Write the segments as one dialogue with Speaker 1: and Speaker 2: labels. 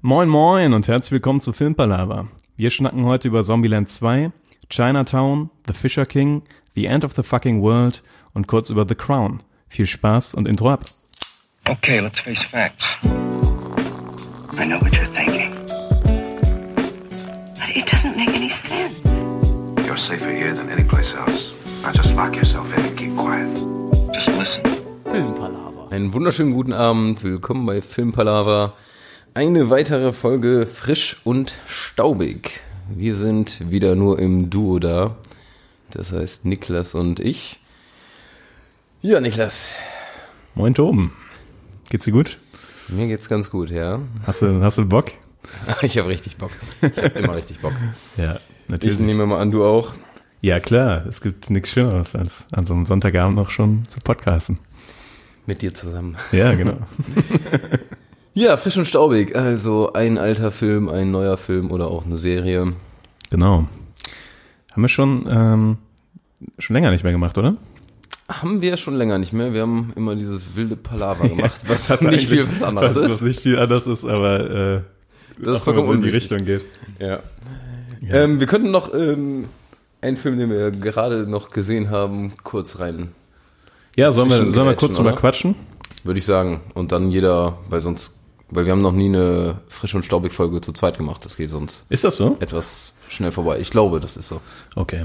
Speaker 1: Moin moin und herzlich willkommen zu Filmpalava. Wir schnacken heute über Zombieland 2, Chinatown, The Fisher King, The End of the Fucking World und kurz über The Crown. Viel Spaß und Intro ab.
Speaker 2: Okay, let's face facts. I know what you're thinking.
Speaker 3: But it doesn't make any sense.
Speaker 4: You're safer here than any place else. Now just lock yourself in and keep quiet.
Speaker 2: Just listen.
Speaker 5: Einen wunderschönen guten Abend, willkommen bei Filmpalava. Eine weitere Folge frisch und staubig. Wir sind wieder nur im Duo da. Das heißt Niklas und ich. Ja, Niklas,
Speaker 1: Moin Toben. Geht's dir gut?
Speaker 5: mir geht's ganz gut, ja.
Speaker 1: Hast du, hast du Bock?
Speaker 5: Ich habe richtig Bock. Ich habe immer richtig Bock.
Speaker 1: Ja,
Speaker 5: Ich nehme mal an, du auch.
Speaker 1: Ja klar, es gibt nichts Schöneres als an so einem Sonntagabend noch schon zu podcasten.
Speaker 5: Mit dir zusammen.
Speaker 1: Ja, genau.
Speaker 5: Ja, frisch und staubig. Also ein alter Film, ein neuer Film oder auch eine Serie.
Speaker 1: genau. Haben wir schon, ähm, schon länger nicht mehr gemacht, oder?
Speaker 5: Haben wir schon länger nicht mehr. Wir haben immer dieses wilde Palaver gemacht, was
Speaker 1: Das
Speaker 5: nicht viel was anderes ist.
Speaker 1: Was nicht viel anders ist, aber äh, auch
Speaker 5: Das ist
Speaker 1: wenn man
Speaker 5: vollkommen
Speaker 1: so in die
Speaker 5: unwichtig.
Speaker 1: Richtung geht.
Speaker 5: Ja. Ähm, wir könnten noch ähm, einen Film, den wir gerade noch gesehen haben, kurz rein,
Speaker 1: Ja, sollen wir,
Speaker 5: Zwischen
Speaker 1: sollen wir
Speaker 5: Grätschen,
Speaker 1: kurz drüber
Speaker 5: oder?
Speaker 1: quatschen?
Speaker 5: würde ich sagen. Und dann jeder, weil sonst, weil wir haben noch nie eine frisch und staubig Folge zu zweit gemacht. Das geht sonst
Speaker 1: Ist das so?
Speaker 5: etwas schnell vorbei. Ich glaube, das ist so.
Speaker 1: Okay.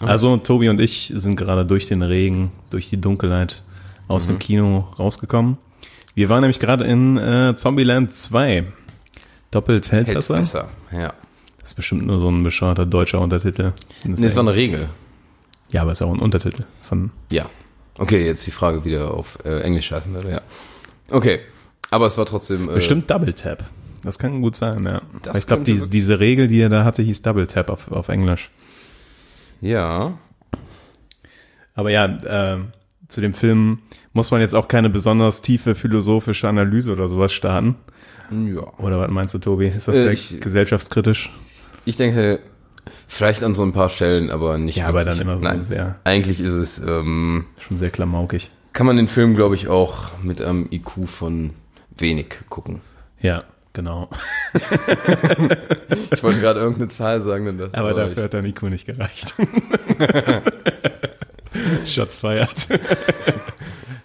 Speaker 1: Also Tobi und ich sind gerade durch den Regen, durch die Dunkelheit aus
Speaker 5: Mhm.
Speaker 1: dem Kino rausgekommen. Wir waren nämlich gerade in äh, Zombieland 2. Doppelt hält,
Speaker 5: Hält
Speaker 1: besser.
Speaker 5: besser. Ja.
Speaker 1: Das ist bestimmt nur so ein bescheuerter deutscher Untertitel.
Speaker 5: Nee, es war eine Regel.
Speaker 1: ja, aber es ist auch ein Untertitel von
Speaker 5: Ja. Okay, jetzt die Frage wieder auf äh, Englisch heißen würde, ja. Okay. Aber es war trotzdem. Äh,
Speaker 1: bestimmt Double Tap. Das kann gut sein, ja.
Speaker 5: Das
Speaker 1: ich glaube,
Speaker 5: könnte
Speaker 1: die,
Speaker 5: wirklich-
Speaker 1: diese Regel, die er da hatte, hieß Double Tap auf, auf Englisch.
Speaker 5: Ja.
Speaker 1: Aber ja, äh, zu dem Film muss man jetzt auch keine besonders tiefe philosophische Analyse oder sowas starten.
Speaker 5: Ja.
Speaker 1: Oder was meinst du, Tobi? Ist das
Speaker 5: Äh,
Speaker 1: sehr
Speaker 5: ich-
Speaker 1: gesellschaftskritisch?
Speaker 5: Ich denke, vielleicht an so ein paar Stellen, aber nicht.
Speaker 1: Ja, aber
Speaker 5: wirklich.
Speaker 1: dann immer so
Speaker 5: Nein.
Speaker 1: sehr-
Speaker 5: Eigentlich ist es, ähm,
Speaker 1: Schon sehr klamaukig.
Speaker 5: kann man den Film, glaube ich, auch mit einem IQ von wenig gucken.
Speaker 1: Ja, genau.
Speaker 5: Ich wollte gerade irgendeine Zahl sagen, dann das.
Speaker 1: Aber dafür hat der Nico nicht gereicht. Schatz feiert.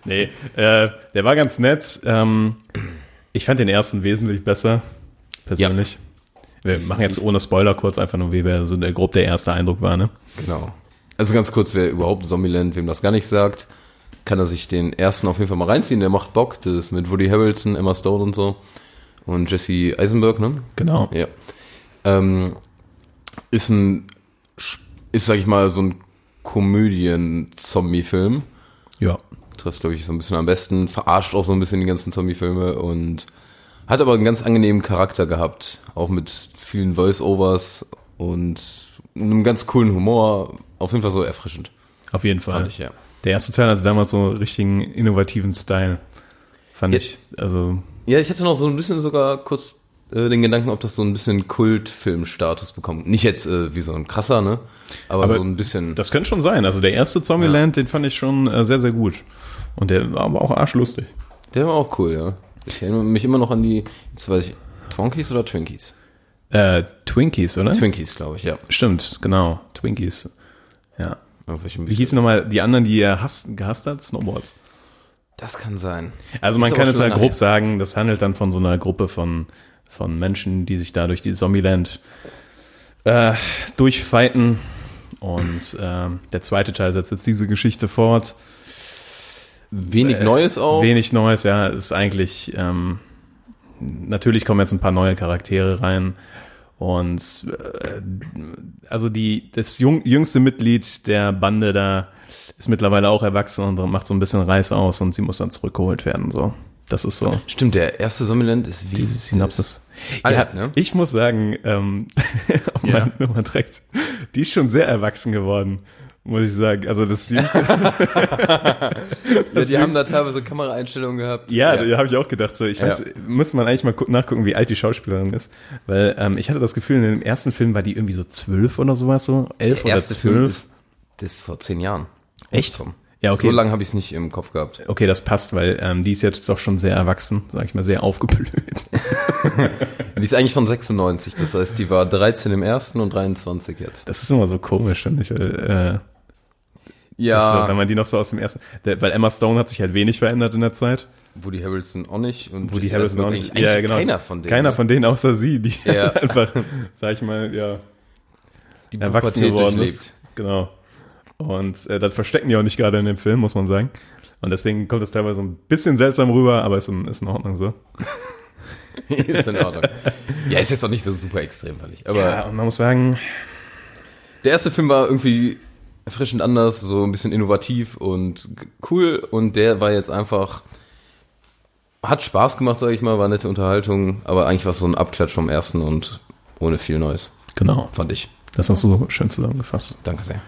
Speaker 1: nee, äh, der war ganz nett. Ähm, ich fand den ersten wesentlich besser, persönlich. Wir machen jetzt ohne Spoiler kurz einfach nur, wie wir so der, grob der erste Eindruck war, ne?
Speaker 5: Ich, genau. Also ganz kurz, wer überhaupt Zombieland, wem das gar nicht sagt, kann er sich den ersten auf jeden Fall mal reinziehen. Der macht Bock. Das ist mit Woody Harrelson, Emma Stone und so. Und Jesse Eisenberg, ne?
Speaker 1: Genau.
Speaker 5: Ja. Ähm, ist ein, ist, sag ich mal, so ein Komödien-Zombie-Film.
Speaker 1: Ja.
Speaker 5: trifft, glaube ich, so ein bisschen am besten, verarscht auch so ein bisschen die ganzen Zombie-Filme und hat aber einen ganz angenehmen Charakter gehabt, auch mit vielen Voice-Overs und einem ganz coolen Humor, auf jeden Fall so erfrischend,
Speaker 1: Auf jeden Fall.
Speaker 5: fand ich, ja.
Speaker 1: Der erste Teil hatte damals so einen richtigen innovativen Style. Fand
Speaker 5: Ja.
Speaker 1: ich, also
Speaker 5: Ja, ich hatte noch so ein bisschen sogar kurz äh, den Gedanken, ob das so ein bisschen Kultfilm-Status bekommt. Nicht jetzt äh, wie so ein krasser, ne? Aber,
Speaker 1: Aber
Speaker 5: so ein bisschen.
Speaker 1: Das könnte schon sein. Also der erste Zombieland, den fand ich schon äh, sehr, sehr gut. Und der war aber auch arschlustig.
Speaker 5: Der war auch cool, ja. Ich erinnere mich immer noch an die, jetzt weiß ich, Twonkies oder Twinkies?
Speaker 1: Äh, Twinkies, oder?
Speaker 5: Twinkies, glaube ich, ja.
Speaker 1: Stimmt, genau. Twinkies. Ja. Wie
Speaker 5: Wie
Speaker 1: hießen nochmal die anderen, die ihr hasst, gehasst hat? Snowboards.
Speaker 5: Das kann sein.
Speaker 1: Also man
Speaker 5: Ist aber
Speaker 1: kann
Speaker 5: schon
Speaker 1: jetzt halt
Speaker 5: lange
Speaker 1: grob
Speaker 5: her.
Speaker 1: sagen, das handelt dann von so einer Gruppe von, von Menschen, die sich da durch die Zombieland äh, durchfighten. Und äh, der zweite Teil setzt jetzt diese Geschichte fort.
Speaker 5: Wenig Neues auch.
Speaker 1: Äh, Wenig Neues, ja, ist eigentlich, ähm, natürlich kommen jetzt ein paar neue Charaktere rein. Und äh, also die, das jung, jüngste Mitglied der Bande da ist mittlerweile auch erwachsen und macht so ein bisschen Reiß aus und sie muss dann zurückgeholt werden. So, das ist so
Speaker 5: Stimmt, der erste Sommerland ist wie
Speaker 1: diese Synopsis.
Speaker 5: Alt,
Speaker 1: ja,
Speaker 5: ne?
Speaker 1: Ich muss sagen, ähm, um
Speaker 5: Ja.
Speaker 1: meine Nummer direkt, die ist schon sehr erwachsen geworden, muss ich sagen. Also das jüngste
Speaker 5: Ja, die haben da teilweise Kameraeinstellungen gehabt.
Speaker 1: Ja, da habe ich auch gedacht. So, ich weiß, muss man eigentlich mal gu- nachgucken, wie alt die Schauspielerin ist. Weil ähm, ich hatte das Gefühl, in dem ersten Film war die irgendwie so zwölf oder sowas, so elf
Speaker 5: der
Speaker 1: oder
Speaker 5: erste Film
Speaker 1: zwölf.
Speaker 5: ist, das ist vor zehn Jahren.
Speaker 1: Echt?
Speaker 5: Vom-
Speaker 1: Ja, okay.
Speaker 5: So lange habe ich es nicht im Kopf gehabt.
Speaker 1: Okay, das passt, weil ähm, die ist jetzt doch schon sehr erwachsen, sag ich mal, sehr aufgeblüht.
Speaker 5: Die ist eigentlich von 96, das heißt, die war 13 im ersten und 23 jetzt.
Speaker 1: Das ist immer so komisch, finde ich. Weil, äh, das, wenn man die noch so aus dem ersten. Der, weil Emma Stone hat sich halt wenig verändert in der Zeit.
Speaker 5: Woody Harrelson auch nicht und
Speaker 1: Woody
Speaker 5: Jesse
Speaker 1: Harrelson auch
Speaker 5: Eisenberg
Speaker 1: nicht.
Speaker 5: eigentlich-
Speaker 1: Ja,
Speaker 5: eigentlich
Speaker 1: genau.
Speaker 5: Keiner von denen. ne?
Speaker 1: Keiner von denen außer sie, die
Speaker 5: Ja.
Speaker 1: einfach, sag ich mal, ja,
Speaker 5: die
Speaker 1: erwachsen
Speaker 5: Pubertät
Speaker 1: geworden
Speaker 5: durchlebt.
Speaker 1: ist. Genau. Und äh, das verstecken die auch nicht gerade in dem Film, muss man sagen. Und deswegen kommt das teilweise ein bisschen seltsam rüber, aber ist in, ist in Ordnung so.
Speaker 5: ist in Ordnung. Ja, ist jetzt auch nicht so super extrem, fand ich. Aber
Speaker 1: Ja, und man muss sagen,
Speaker 5: der erste Film war irgendwie erfrischend anders, so ein bisschen innovativ und g- cool. Und der war jetzt einfach. Hat Spaß gemacht, sage ich mal, war nette Unterhaltung, aber eigentlich war es so ein Abklatsch vom ersten und ohne viel Neues,
Speaker 1: genau,
Speaker 5: fand ich.
Speaker 1: das hast du so schön zusammengefasst.
Speaker 5: Danke sehr.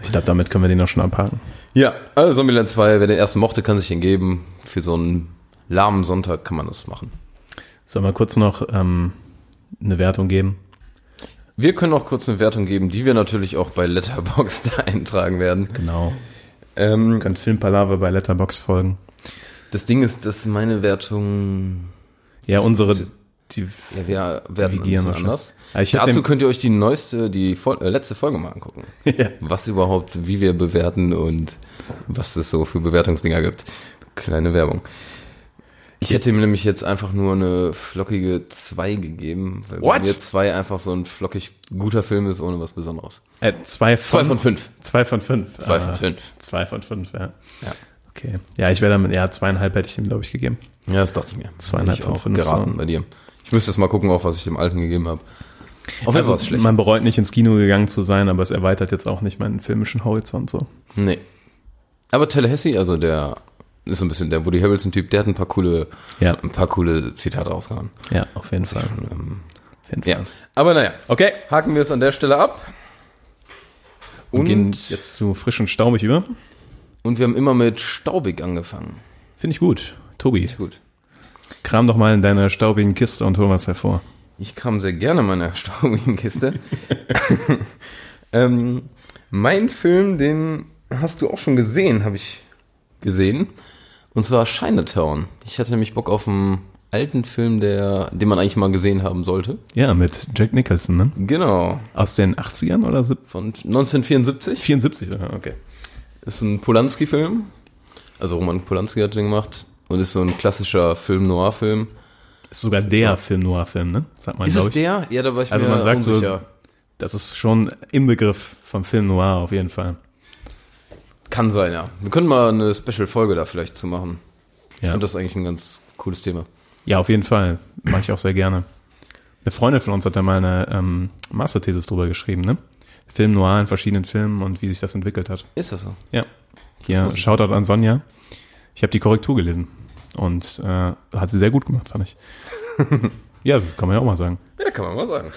Speaker 1: Ich glaube, damit können wir den auch schon abhaken.
Speaker 5: Ja, also Zombieland 2, wer den ersten mochte, kann sich den geben. Für so einen lahmen Sonntag kann man das machen.
Speaker 1: Sollen wir kurz noch ähm, eine Wertung geben?
Speaker 5: Wir können noch kurz eine Wertung geben, die wir natürlich auch bei Letterboxd eintragen werden.
Speaker 1: Genau.
Speaker 5: Ähm,
Speaker 1: Könnt Filmpalave bei Letterbox folgen.
Speaker 5: das Ding ist, dass meine Wertung...
Speaker 1: Ja, unsere. Die,
Speaker 5: Ja, wir werden ein
Speaker 1: Dividieren
Speaker 5: bisschen
Speaker 1: wahrscheinlich.
Speaker 5: anders.
Speaker 1: Ah, ich hab
Speaker 5: Dazu
Speaker 1: den-
Speaker 5: könnt ihr euch die neueste, die Fol äh, letzte Folge mal angucken.
Speaker 1: ja.
Speaker 5: Was überhaupt, wie wir bewerten und was es so für Bewertungsdinger gibt. Kleine Werbung. Ich hätte ihm nämlich jetzt einfach nur eine flockige 2 gegeben, weil
Speaker 1: What?
Speaker 5: bei mir 2 einfach so ein flockig guter Film ist, ohne was Besonderes.
Speaker 1: Äh, zwei von,
Speaker 5: 2 von 5.
Speaker 1: Zwei von fünf.
Speaker 5: Zwei von
Speaker 1: Ah,
Speaker 5: fünf.
Speaker 1: Zwei von fünf, ja.
Speaker 5: Ja.
Speaker 1: Okay. Ja, ich wäre damit, ja, zweieinhalb hätte ich dem, glaube ich, gegeben.
Speaker 5: Ja, das dachte ich mir.
Speaker 1: Zweieinhalb
Speaker 5: Hätte ich
Speaker 1: von
Speaker 5: auch
Speaker 1: fünf,
Speaker 5: geraten
Speaker 1: so.
Speaker 5: bei dir. Ich müsste jetzt mal gucken, auch was ich dem Alten gegeben habe. Auf jeden Fall war es schlecht.
Speaker 1: Also man bereut nicht ins Kino gegangen zu sein, aber es erweitert jetzt auch nicht meinen filmischen Horizont so.
Speaker 5: Nee. Aber Tallahassee, also der ist so ein bisschen der Woody Harrelson-Typ, der hat ein paar coole,
Speaker 1: Ja,
Speaker 5: ein paar coole Zitate rausgehauen.
Speaker 1: ja, auf jeden Fall. Auf jeden Fall.
Speaker 5: Ja. Aber naja,
Speaker 1: Okay.
Speaker 5: haken wir es an der Stelle ab.
Speaker 1: Und
Speaker 5: Und,
Speaker 1: gehen jetzt zu frisch und staubig über.
Speaker 5: und wir haben immer mit Staubig angefangen.
Speaker 1: Finde ich gut. Tobi,
Speaker 5: Gut.
Speaker 1: kram doch mal in deiner staubigen Kiste und hol was hervor.
Speaker 5: Ich kam sehr gerne meiner staubigen Kiste. ähm, mein Film, den hast du auch schon gesehen, habe ich gesehen. Und zwar Chinatown. Ich hatte nämlich Bock auf einen alten Film, der, den man eigentlich mal gesehen haben sollte.
Speaker 1: Ja, mit Jack Nicholson, ne?
Speaker 5: Genau.
Speaker 1: Aus den 80ern oder sieb-
Speaker 5: Von 1974.
Speaker 1: 74? sogar, Okay.
Speaker 5: Ist ein Polanski-Film. Also Roman Polanski hat den gemacht. Und ist so ein klassischer Film-Noir-Film.
Speaker 1: Ist sogar der Film-Noir-Film, ne? Sagt man,
Speaker 5: Ist
Speaker 1: glaub
Speaker 5: es
Speaker 1: ich.
Speaker 5: der? Ja, da war ich
Speaker 1: Also
Speaker 5: mir
Speaker 1: man sagt so-
Speaker 5: unsicher.
Speaker 1: Das ist schon im Begriff vom Film Noir auf jeden Fall.
Speaker 5: Kann sein, ja. Wir können mal eine Special-Folge da vielleicht zu machen. Ich
Speaker 1: Ja.
Speaker 5: finde das eigentlich ein ganz cooles Thema.
Speaker 1: Ja, auf jeden Fall. Mache ich auch sehr gerne. Eine Freundin von uns hat da mal eine ähm, Masterthesis drüber geschrieben, ne? Film Noir in verschiedenen Filmen und wie sich das entwickelt hat.
Speaker 5: Ist das so?
Speaker 1: Ja. Hier,
Speaker 5: muss ich-
Speaker 1: Shoutout an Sonja. Ich habe die Korrektur gelesen und äh, hat sie sehr gut gemacht, fand ich. ja, kann man ja auch mal sagen.
Speaker 5: Ja, kann man mal sagen.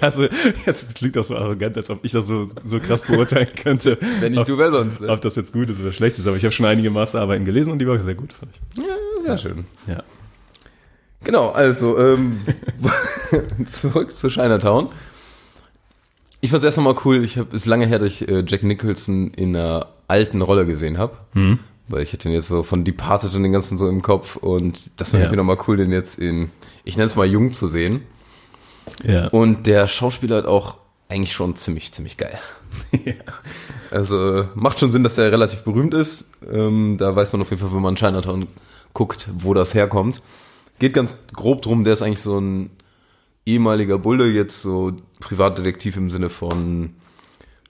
Speaker 1: Also, jetzt klingt das so arrogant, als ob ich das so, so krass beurteilen könnte.
Speaker 5: Wenn nicht
Speaker 1: ob,
Speaker 5: du, wer sonst? Ne?
Speaker 1: ob das jetzt gut ist oder schlecht ist, aber ich habe schon einige Masterarbeiten gelesen und die war sehr gut, fand ich.
Speaker 5: Ja, sehr schön.
Speaker 1: Ja.
Speaker 5: Genau, also ähm, zurück zu Chinatown. Ich fand's erst nochmal cool, ich habe es lange her, dass ich äh, Jack Nicholson in einer alten Rolle gesehen habe. Weil ich hätte ihn jetzt so von Departed und den ganzen so im Kopf und das war
Speaker 1: Ja.
Speaker 5: irgendwie nochmal cool, den jetzt in, ich nenne es mal jung zu sehen.
Speaker 1: Ja.
Speaker 5: Und der Schauspieler hat auch eigentlich schon ziemlich, ziemlich geil. Also macht schon Sinn, dass er relativ berühmt ist. Ähm, da weiß man auf jeden Fall, wenn man Chinatown guckt, wo das herkommt. Geht ganz grob drum, der ist eigentlich so ein ehemaliger Bulle, jetzt so Privatdetektiv im Sinne von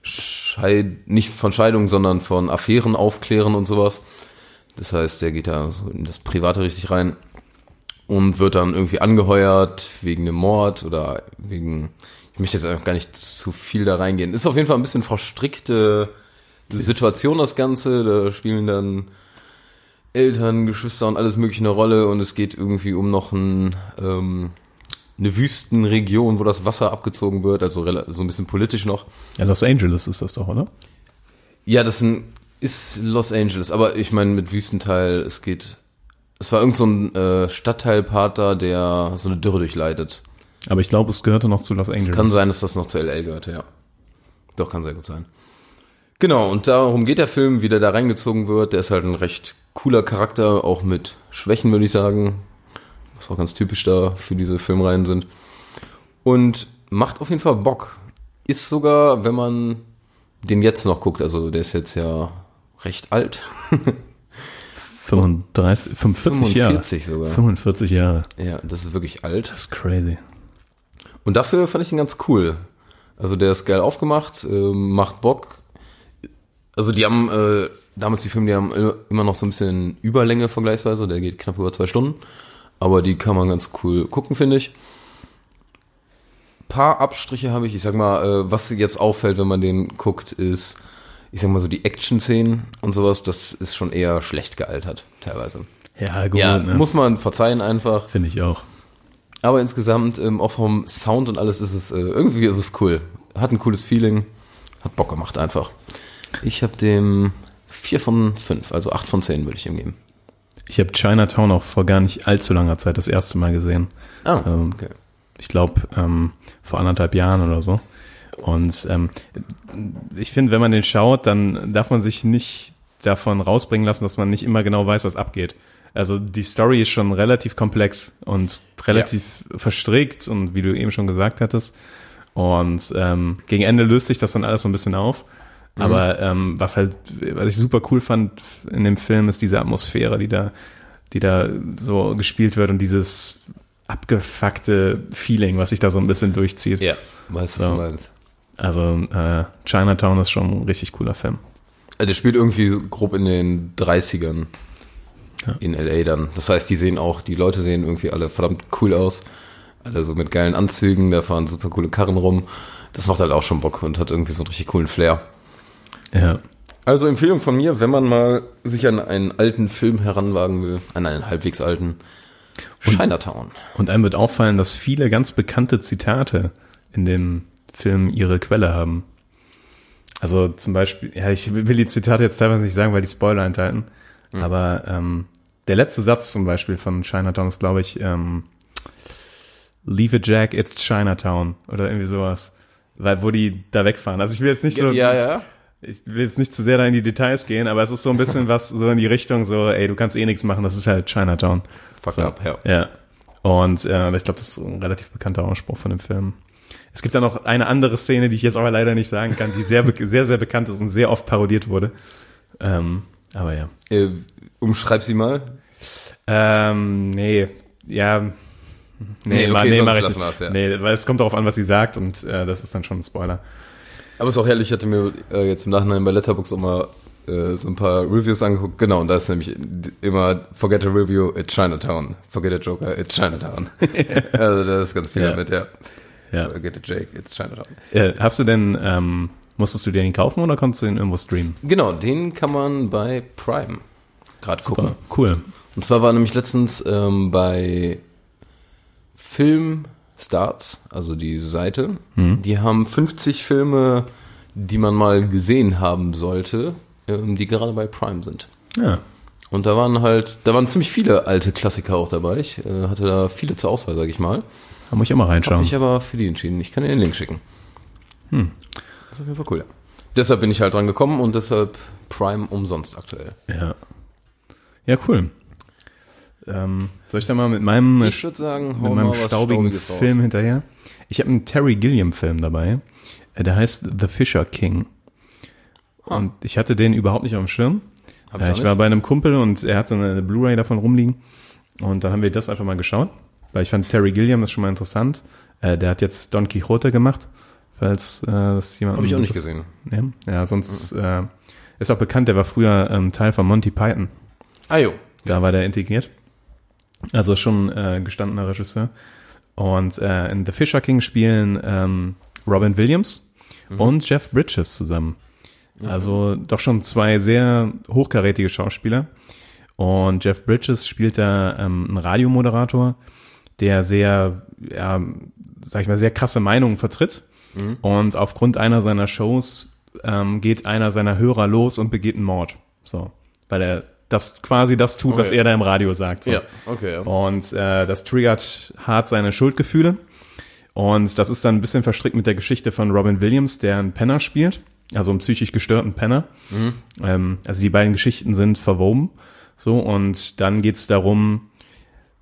Speaker 5: Scheid nicht von Scheidung, sondern von Affären aufklären und sowas. Das heißt, der geht da so in das Private richtig rein und wird dann irgendwie angeheuert wegen einem Mord oder wegen. Ich möchte jetzt einfach gar nicht zu viel da reingehen. Ist auf jeden Fall ein bisschen verstrickte Situation das Ganze. Da spielen dann Eltern, Geschwister und alles mögliche eine Rolle und es geht irgendwie um noch ein, ähm, eine Wüstenregion, wo das Wasser abgezogen wird, also rela- so ein bisschen politisch noch.
Speaker 1: ja, Los Angeles ist das doch, oder?
Speaker 5: Ja, das ist ein, ist Los Angeles, aber ich meine mit Wüstenteil, es geht. Es war irgend so ein äh, Stadtteilpater, der so eine Dürre durchleidet.
Speaker 1: Aber ich glaube, es gehörte noch zu Los Angeles.
Speaker 5: Kann sein, dass das noch zu LA gehört, ja. Doch, kann sehr gut sein. Genau, und darum geht der Film, wie der da reingezogen wird. Der ist halt ein recht cooler Charakter, auch mit Schwächen, würde ich sagen. Was auch ganz typisch da für diese Filmreihen sind. Und macht auf jeden Fall Bock. Ist sogar, wenn man den jetzt noch guckt, also der ist jetzt ja recht alt.
Speaker 1: 35, 45 Jahre.
Speaker 5: 45 sogar.
Speaker 1: 45 Jahre.
Speaker 5: Ja, das ist wirklich alt.
Speaker 1: Das ist crazy.
Speaker 5: Und dafür fand ich ihn ganz cool. Also der ist geil aufgemacht, ähm, macht Bock. Also die haben, äh, damals die Filme, die haben immer- immer noch so ein bisschen Überlänge vergleichsweise. Der geht knapp über zwei Stunden. Aber die kann man ganz cool gucken, finde ich. Paar Abstriche habe ich. Ich sag mal, äh, was jetzt auffällt, wenn man den guckt, ist, ich sag mal so die Action-Szenen und sowas, das ist schon eher schlecht gealtert, teilweise.
Speaker 1: Ja, gut.
Speaker 5: Ja,
Speaker 1: ne?
Speaker 5: muss man verzeihen einfach.
Speaker 1: Finde ich auch.
Speaker 5: Aber insgesamt, ähm, auch vom Sound und alles ist es, äh, irgendwie ist es cool. Hat ein cooles Feeling, hat Bock gemacht einfach. Ich habe dem 4 von 5, also 8 von 10 würde ich ihm geben.
Speaker 1: Ich habe Chinatown auch vor gar nicht allzu langer Zeit das erste Mal gesehen.
Speaker 5: Ah,
Speaker 1: Ähm,
Speaker 5: okay.
Speaker 1: ich glaube, ähm, vor anderthalb Jahren oder so. Und ähm, ich finde, wenn man den schaut, dann darf man sich nicht davon rausbringen lassen, dass man nicht immer genau weiß, was abgeht. Also die Story ist schon relativ komplex und relativ verstrickt und wie du eben schon gesagt hattest. Und ähm, gegen Ende löst sich das dann alles so ein bisschen auf. Aber ähm, was halt, was ich super cool fand in dem Film, ist diese Atmosphäre, die da, die da so gespielt wird und dieses abgefuckte Feeling, was sich da so ein bisschen durchzieht.
Speaker 5: Ja, weißt du, was
Speaker 1: So.
Speaker 5: du meinst.
Speaker 1: Also äh, Chinatown ist schon ein richtig cooler Film.
Speaker 5: Äh, Der spielt irgendwie so grob in den 30ern in L.A. dann. Das heißt, die sehen auch, die Leute sehen irgendwie alle verdammt cool aus. Alle so mit geilen Anzügen, da fahren super coole Karren rum. Das macht halt auch schon Bock und hat irgendwie so einen richtig coolen Flair.
Speaker 1: Ja.
Speaker 5: Also Empfehlung von mir, wenn man mal sich an einen alten Film heranwagen will, an einen halbwegs alten Chinatown.
Speaker 1: Und einem wird auffallen, dass viele ganz bekannte Zitate in dem Film ihre Quelle haben. Also zum Beispiel, ja, ich will die Zitate jetzt teilweise nicht sagen, weil die Spoiler enthalten. Aber ähm, der letzte Satz zum Beispiel von Chinatown ist, glaube ich, ähm, Leave it Jack, it's Chinatown oder irgendwie sowas. Weil, wo die da wegfahren. Also ich will jetzt nicht so ich will jetzt nicht zu sehr da in die Details gehen, aber es ist so ein bisschen was so in die Richtung so, ey, du kannst eh nichts machen, das ist halt Chinatown.
Speaker 5: Fuck
Speaker 1: so.
Speaker 5: up, ja.
Speaker 1: Ja. Und äh, ich glaube, das ist ein relativ bekannter Ausspruch von dem Film. Es gibt dann noch eine andere Szene, die ich jetzt aber leider nicht sagen kann, die sehr, be- sehr, sehr bekannt ist und sehr oft parodiert wurde. Ähm, aber ja.
Speaker 5: Äh, umschreib sie mal.
Speaker 1: Ähm, nee, ja.
Speaker 5: Nee, okay,
Speaker 1: ma-
Speaker 5: sonst
Speaker 1: mach ich
Speaker 5: lassen
Speaker 1: nicht.
Speaker 5: wir's, ja.
Speaker 1: Nee, weil es kommt darauf an, was sie sagt und äh, das ist dann schon ein Spoiler.
Speaker 5: Aber ist auch herrlich, ich hatte mir äh, jetzt im Nachhinein bei Letterboxd auch mal äh, so ein paar Reviews angeguckt. Genau, und da ist nämlich immer Forget a Review, it's Chinatown. Forget a Joker, it's Chinatown. also da ist ganz viel
Speaker 1: Ja.
Speaker 5: damit, ja.
Speaker 1: Ja.
Speaker 5: Forget a Jake, it's Chinatown.
Speaker 1: Äh, hast du denn, ähm, musstest du dir den kaufen oder konntest du den irgendwo streamen?
Speaker 5: Genau, den kann man bei Prime gerade gucken.
Speaker 1: Super, cool.
Speaker 5: Und zwar war nämlich letztens ähm, bei Filmstarts, also die Seite,
Speaker 1: Mhm.
Speaker 5: die haben 50 Filme, die man mal gesehen haben sollte, ähm, die gerade bei Prime sind.
Speaker 1: Ja,
Speaker 5: Und da waren halt, da waren ziemlich viele alte Klassiker auch dabei. Ich äh, hatte da viele zur Auswahl, sage ich mal.
Speaker 1: da muss ich auch mal
Speaker 5: Hab
Speaker 1: reinschauen.
Speaker 5: mich aber für die entschieden. Ich kann dir den Link schicken.
Speaker 1: Hm.
Speaker 5: Das ist auf jeden Fall cool, ja. Deshalb bin ich halt dran gekommen und deshalb Prime umsonst aktuell.
Speaker 1: ja. ja, cool. Ähm, soll ich da mal mit meinem, äh,
Speaker 5: Ich würde sagen,
Speaker 1: mit meinem staubigen
Speaker 5: Staubiges raus.
Speaker 1: Film hinterher? Ich habe einen Terry Gilliam-Film dabei. Äh, Der heißt The Fisher King. Und ich hatte den überhaupt nicht auf dem Schirm.
Speaker 5: Ah. Hab
Speaker 1: Äh,
Speaker 5: auch
Speaker 1: ich war
Speaker 5: nicht.
Speaker 1: bei einem Kumpel und er hat so eine Blu-ray davon rumliegen. Und dann haben wir das einfach mal geschaut, weil ich fand, Terry Gilliam ist schon mal interessant. Äh, der hat jetzt Don Quixote gemacht, falls äh, das jemand.
Speaker 5: Hab ich auch nicht gesehen.
Speaker 1: Ja, ja sonst äh, ist auch bekannt, der war früher ähm, Teil von Monty Python.
Speaker 5: Ah jo.
Speaker 1: Da war der integriert. Also schon äh, gestandener Regisseur. Und äh, in The Fisher King spielen ähm, Robin Williams
Speaker 5: Mhm.
Speaker 1: und Jeff Bridges zusammen. Also doch schon zwei sehr hochkarätige Schauspieler. Und Jeff Bridges spielt da ähm, einen Radiomoderator, der sehr, ja, sag ich mal, sehr krasse Meinungen vertritt.
Speaker 5: Mhm.
Speaker 1: Und aufgrund einer seiner Shows ähm, geht einer seiner Hörer los und begeht einen Mord. So, weil er das quasi das tut, was
Speaker 5: Okay.
Speaker 1: er da im Radio sagt. So.
Speaker 5: Ja, okay. Ja.
Speaker 1: Und äh, das triggert hart seine Schuldgefühle. Und das ist dann ein bisschen verstrickt mit der Geschichte von Robin Williams, der einen Penner spielt. also einem psychisch gestörten Penner. Ähm, also die beiden Geschichten sind verwoben. So, und dann geht's darum,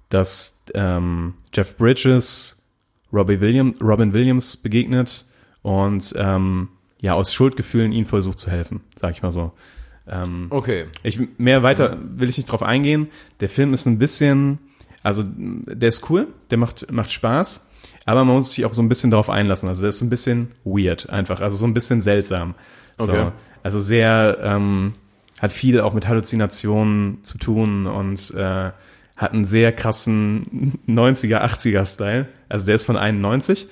Speaker 1: dass ähm, Jeff Bridges Robbie William, Robin Williams begegnet und ähm, ja, aus Schuldgefühlen ihn versucht zu helfen, sag ich mal so.
Speaker 5: Okay.
Speaker 1: Ich, mehr weiter will ich nicht drauf eingehen. Der Film ist ein bisschen, also der ist cool, der macht, macht Spaß, aber man muss sich auch so ein bisschen drauf einlassen. Also der ist ein bisschen weird einfach, also so ein bisschen seltsam. So,
Speaker 5: Okay.
Speaker 1: Also sehr, ähm, hat viel auch mit Halluzinationen zu tun und äh, hat einen sehr krassen 90er, 80er Style. Also der ist von 91.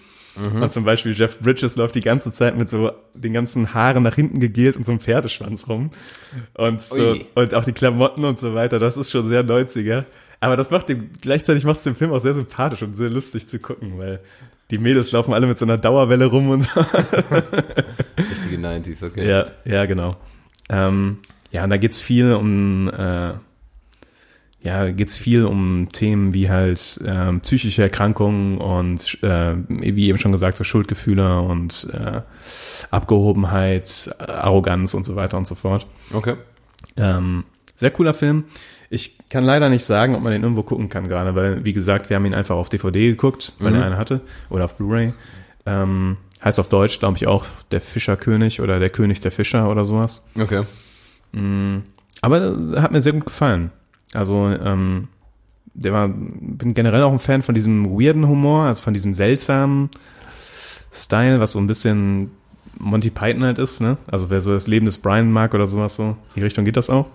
Speaker 1: Und zum Beispiel Jeff Bridges läuft die ganze Zeit mit so den ganzen Haaren nach hinten gegelt und so einem Pferdeschwanz rum. Und, so,
Speaker 5: Ui.
Speaker 1: und auch die Klamotten und so weiter, das ist schon sehr 90er. Aber das macht dem, gleichzeitig macht es den Film auch sehr sympathisch und sehr lustig zu gucken, weil die Mädels laufen alle mit so einer Dauerwelle rum und so.
Speaker 5: Richtige 90s, okay.
Speaker 1: Ja, ja, genau. Ähm, ja, und da geht's viel um, äh, ja, geht's viel um Themen wie halt ähm, psychische Erkrankungen und äh, wie eben schon gesagt, so Schuldgefühle und äh, Abgehobenheit, Arroganz und so weiter und so fort.
Speaker 5: Okay.
Speaker 1: Ähm, sehr cooler Film. Ich kann leider nicht sagen, ob man den irgendwo gucken kann gerade, weil, wie gesagt, wir haben ihn einfach auf DVD geguckt, weil er eine hatte, oder auf Blu-ray. Ähm, heißt auf Deutsch, glaube ich, auch der Fischerkönig oder der König der Fischer oder sowas.
Speaker 5: Okay.
Speaker 1: Aber äh, hat mir sehr gut gefallen. Also, ähm, der war, bin generell auch ein Fan von diesem weirden Humor, also von diesem seltsamen Style, was so ein bisschen Monty Python halt ist, ne? Also wer so das Leben des Brian mag oder sowas so, in die Richtung geht das auch.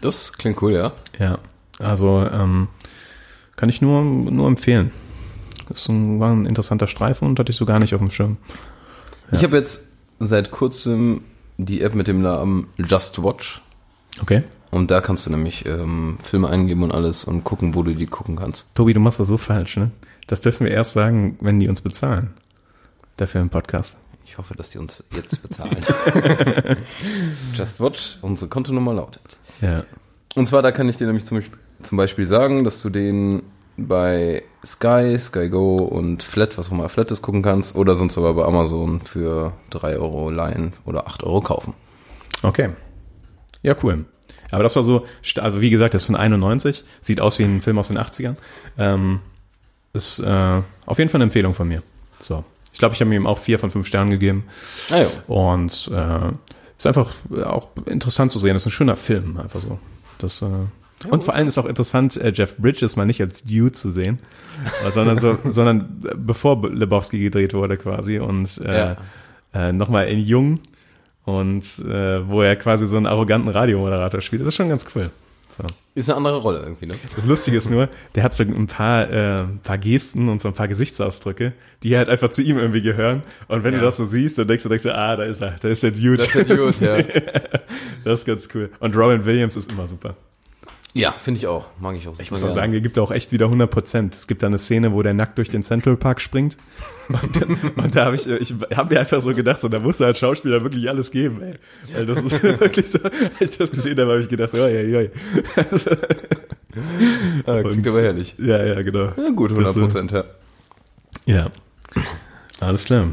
Speaker 5: Das klingt cool, ja.
Speaker 1: Ja, also ähm, kann ich nur, nur empfehlen. Das ist ein, war ein interessanter Streifen und hatte ich so gar nicht auf dem Schirm.
Speaker 5: Ich habe jetzt seit kurzem die App mit dem Namen Just Watch.
Speaker 1: Okay.
Speaker 5: Und da kannst du nämlich ähm, Filme eingeben und alles und gucken, wo du die gucken kannst.
Speaker 1: Tobi, du machst das so falsch, ne? Das dürfen wir erst sagen, wenn die uns bezahlen. Dafür im Podcast.
Speaker 5: Ich hoffe, dass die uns jetzt bezahlen. Just Watch, unsere Kontonummer lautet.
Speaker 1: Ja.
Speaker 5: Und zwar, da kann ich dir nämlich zum, zum Beispiel sagen, dass du den bei Sky, Sky Go und Flat, was auch immer Flat ist, gucken kannst. Oder sonst aber bei Amazon für 3 Euro leihen oder 8 Euro kaufen.
Speaker 1: Okay. Ja, cool. Aber das war so, st- also wie gesagt, das ist von 91, sieht aus wie ein Film aus den 80ern. Ähm, ist äh, auf jeden Fall eine Empfehlung von mir. So. Ich glaube, ich habe ihm auch vier von fünf Sternen gegeben.
Speaker 5: Ah, ja.
Speaker 1: Und äh, ist einfach auch interessant zu sehen. Das ist ein schöner Film, einfach so. Das, äh, und vor allem ist auch interessant, äh, Jeff Bridges mal nicht als Dude zu sehen, äh, sondern, so, sondern äh, bevor B- Lebowski gedreht wurde quasi und äh,
Speaker 5: Ja.
Speaker 1: äh, nochmal in Jung und äh, wo er quasi so einen arroganten Radiomoderator spielt. Das ist schon ganz cool. So.
Speaker 5: Ist eine andere Rolle irgendwie, ne?
Speaker 1: Das Lustige ist nur, der hat so ein paar, äh, ein paar Gesten und so ein paar Gesichtsausdrücke, die halt einfach zu ihm irgendwie gehören. Und wenn du
Speaker 5: Ja.
Speaker 1: das so siehst, dann denkst du, denkst du, ah, da ist er, da ist der Dude. Das
Speaker 5: ist der Dude, ja.
Speaker 1: das ist ganz cool. Und Robin Williams ist immer super.
Speaker 5: Ja, finde ich auch. Mag ich auch.
Speaker 1: Ich muss auch sagen, er gibt auch echt wieder 100 Prozent. Es gibt da eine Szene, wo der nackt durch den Central Park springt. Und, und da habe ich, ich habe mir einfach so gedacht, so, da muss er als Schauspieler wirklich alles geben, ey. Weil das ist wirklich so, als ich das gesehen habe, habe ich gedacht, so, oi, oi, oi.
Speaker 5: äh, klingt aber herrlich.
Speaker 1: Ja, ja, genau.
Speaker 5: Ja, gut, 100 Prozent, ja.
Speaker 1: Ja. Alles klar.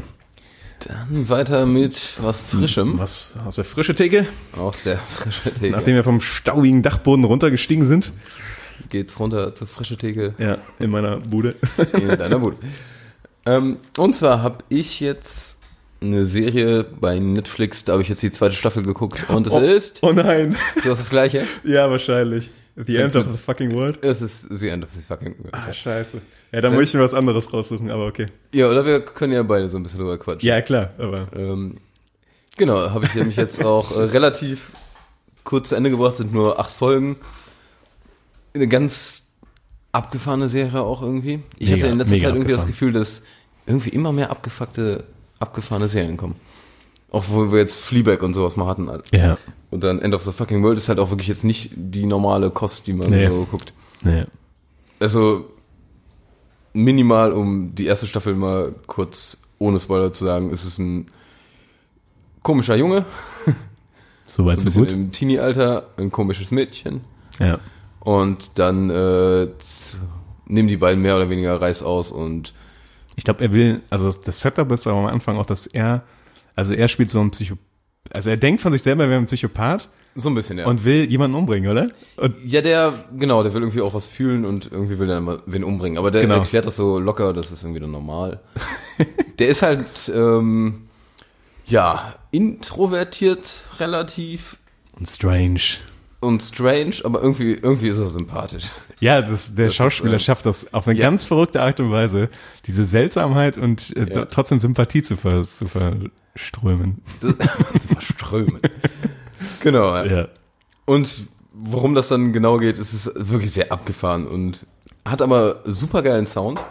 Speaker 5: Dann weiter mit was Frischem.
Speaker 1: Was aus der frische Theke?
Speaker 5: Auch sehr frische Theke.
Speaker 1: Hm, Nachdem wir vom staubigen Dachboden runtergestiegen sind.
Speaker 5: geht's runter zur frische Theke
Speaker 1: Ja, in meiner Bude.
Speaker 5: in deiner Bude. Ähm, und zwar habe ich jetzt eine Serie bei Netflix, da habe ich jetzt die zweite Staffel geguckt und es ist,
Speaker 1: Oh nein.
Speaker 5: du hast das gleiche,
Speaker 1: Ja, wahrscheinlich. The
Speaker 5: Fängt's
Speaker 1: End of
Speaker 5: mit-
Speaker 1: the fucking world.
Speaker 5: es ist The End of the Fucking World.
Speaker 1: Ah, scheiße. Ja, da muss ich mir was anderes raussuchen, aber okay.
Speaker 5: Ja, oder wir können ja beide so ein bisschen drüber quatschen.
Speaker 1: Ja, klar, aber.
Speaker 5: Ähm, genau, habe ich nämlich jetzt auch äh, relativ kurz zu Ende gebracht, sind nur acht Folgen. Eine ganz abgefahrene Serie auch irgendwie. Ich
Speaker 1: Mega,
Speaker 5: hatte in letzter
Speaker 1: mega
Speaker 5: Zeit irgendwie das Gefühl,
Speaker 1: abgefahren.
Speaker 5: dass irgendwie immer mehr abgefuckte, abgefahrene Serien kommen. Auch wo wir jetzt Fleabag und sowas mal hatten.
Speaker 1: Ja.
Speaker 5: Und dann End of the Fucking World ist halt auch wirklich jetzt nicht die normale Kost, die man
Speaker 1: Nee.
Speaker 5: so guckt.
Speaker 1: Nee.
Speaker 5: Also minimal, um die erste Staffel mal kurz ohne Spoiler zu sagen, ist es ein komischer Junge,
Speaker 1: Soweit
Speaker 5: so ein bisschen im Teenie-Alter, ein komisches Mädchen.
Speaker 1: Ja.
Speaker 5: Und dann äh, z- nehmen die beiden mehr oder weniger Reis aus und
Speaker 1: Ich glaube, er will, also das, das Setup ist aber am Anfang auch, dass er, also er spielt so einen Psycho, Also er denkt von sich selber, er wäre ein Psychopath
Speaker 5: So ein bisschen, ja.
Speaker 1: und will jemanden umbringen, oder? Und
Speaker 5: ja, der, genau, der will irgendwie auch was fühlen und irgendwie will er dann mal wen umbringen. Aber der
Speaker 1: Genau.
Speaker 5: erklärt das so locker, das ist irgendwie dann normal. der ist halt, ähm, ja, introvertiert relativ
Speaker 1: strange.
Speaker 5: und strange, aber irgendwie, irgendwie ist er sympathisch.
Speaker 1: Ja, das, der Schauspieler
Speaker 5: ähm,
Speaker 1: schafft das auf eine
Speaker 5: ja.
Speaker 1: ganz verrückte Art und Weise, diese Seltsamheit und äh,
Speaker 5: Ja.
Speaker 1: trotzdem Sympathie zu, ver, zu verströmen.
Speaker 5: Das- zu verströmen. genau, ja.
Speaker 1: Ja.
Speaker 5: Und worum das dann genau geht, ist es wirklich sehr abgefahren und hat aber super geilen Sound.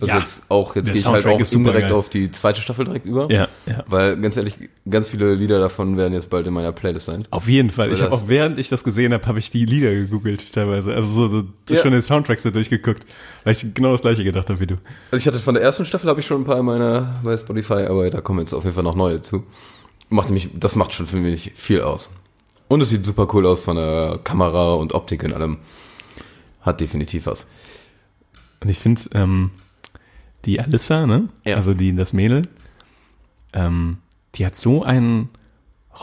Speaker 5: Also
Speaker 1: Ja.
Speaker 5: jetzt auch, jetzt
Speaker 1: Der
Speaker 5: gehe ich halt
Speaker 1: Soundtrack
Speaker 5: auch
Speaker 1: ist supergeil.
Speaker 5: indirekt auf die zweite Staffel direkt über.
Speaker 1: Ja, ja.
Speaker 5: Weil ganz ehrlich, ganz viele Lieder davon werden jetzt bald in meiner Playlist sein.
Speaker 1: Auf jeden Fall. Ich
Speaker 5: Das-
Speaker 1: habe auch während ich das gesehen habe, habe ich die Lieder gegoogelt teilweise. Also so, so, so
Speaker 5: Ja.
Speaker 1: schon den Soundtracks so durchgeguckt, weil ich genau das gleiche gedacht habe wie du.
Speaker 5: Also ich hatte von der ersten Staffel habe ich schon ein paar in meiner bei Spotify, aber da kommen jetzt auf jeden Fall noch neue zu. Macht nämlich, das macht schon für mich viel aus. Und es sieht super cool aus von der Kamera und Optik und allem. Hat definitiv was.
Speaker 1: Und ich finde, ähm, die Alissa, ne?
Speaker 5: Ja.
Speaker 1: Also die, das Mädel, ähm, die hat so einen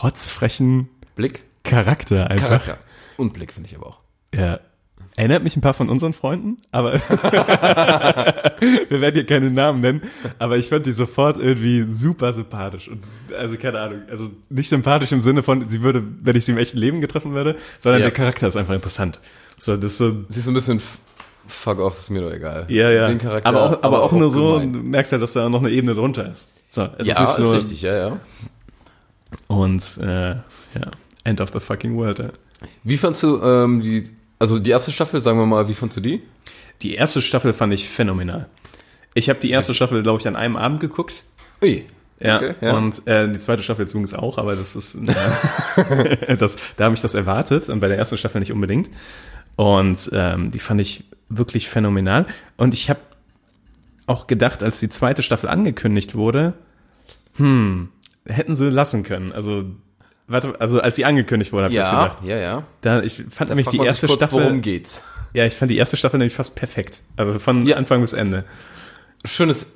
Speaker 1: rotzfrechen
Speaker 5: Blick,
Speaker 1: Charakter einfach.
Speaker 5: Charakter und Blick finde ich aber auch.
Speaker 1: Ja. Erinnert mich ein paar von unseren Freunden, aber wir werden hier keine Namen nennen, aber ich fand die sofort irgendwie super sympathisch und also keine Ahnung, also nicht sympathisch im Sinne von, sie würde, wenn ich sie im echten Leben getroffen würde, sondern
Speaker 5: Ja.
Speaker 1: der Charakter ist einfach interessant. So, das ist so,
Speaker 5: Sie ist so ein bisschen f- fuck off, ist mir doch egal. Den Charakter.
Speaker 1: aber auch, aber auch, nur so,
Speaker 5: gemein.
Speaker 1: du merkst ja, dass da noch eine Ebene drunter ist. So, es
Speaker 5: Ja, ist,
Speaker 1: nicht nur-
Speaker 5: richtig, ja, ja.
Speaker 1: Und, äh, ja, End of the fucking world, ja.
Speaker 5: Wie fandst du ähm, die, also die erste Staffel, sagen wir mal, wie fandst du die?
Speaker 1: Die erste Staffel fand ich phänomenal. Ich habe die erste Staffel, glaube ich, an einem Abend geguckt.
Speaker 5: Ui.
Speaker 1: Ja,
Speaker 5: Okay, ja.
Speaker 1: und äh, die zweite Staffel jetzt übrigens auch, aber das ist, äh, das, da habe ich das erwartet und bei der ersten Staffel nicht unbedingt. Und ähm, die fand ich wirklich phänomenal. Und ich habe auch gedacht, als die zweite Staffel angekündigt wurde, hm, hätten sie lassen können. Also, warte, also als sie angekündigt wurde, habe ich das
Speaker 5: Ja,
Speaker 1: gedacht.
Speaker 5: ja, ja.
Speaker 1: Da, ich fand nämlich
Speaker 5: fragt
Speaker 1: die
Speaker 5: man sich
Speaker 1: erste
Speaker 5: kurz,
Speaker 1: Staffel,
Speaker 5: Worum geht's?
Speaker 1: ja, ich fand die erste Staffel nämlich fast perfekt. Also von
Speaker 5: Ja.
Speaker 1: Anfang bis Ende.
Speaker 5: Schönes,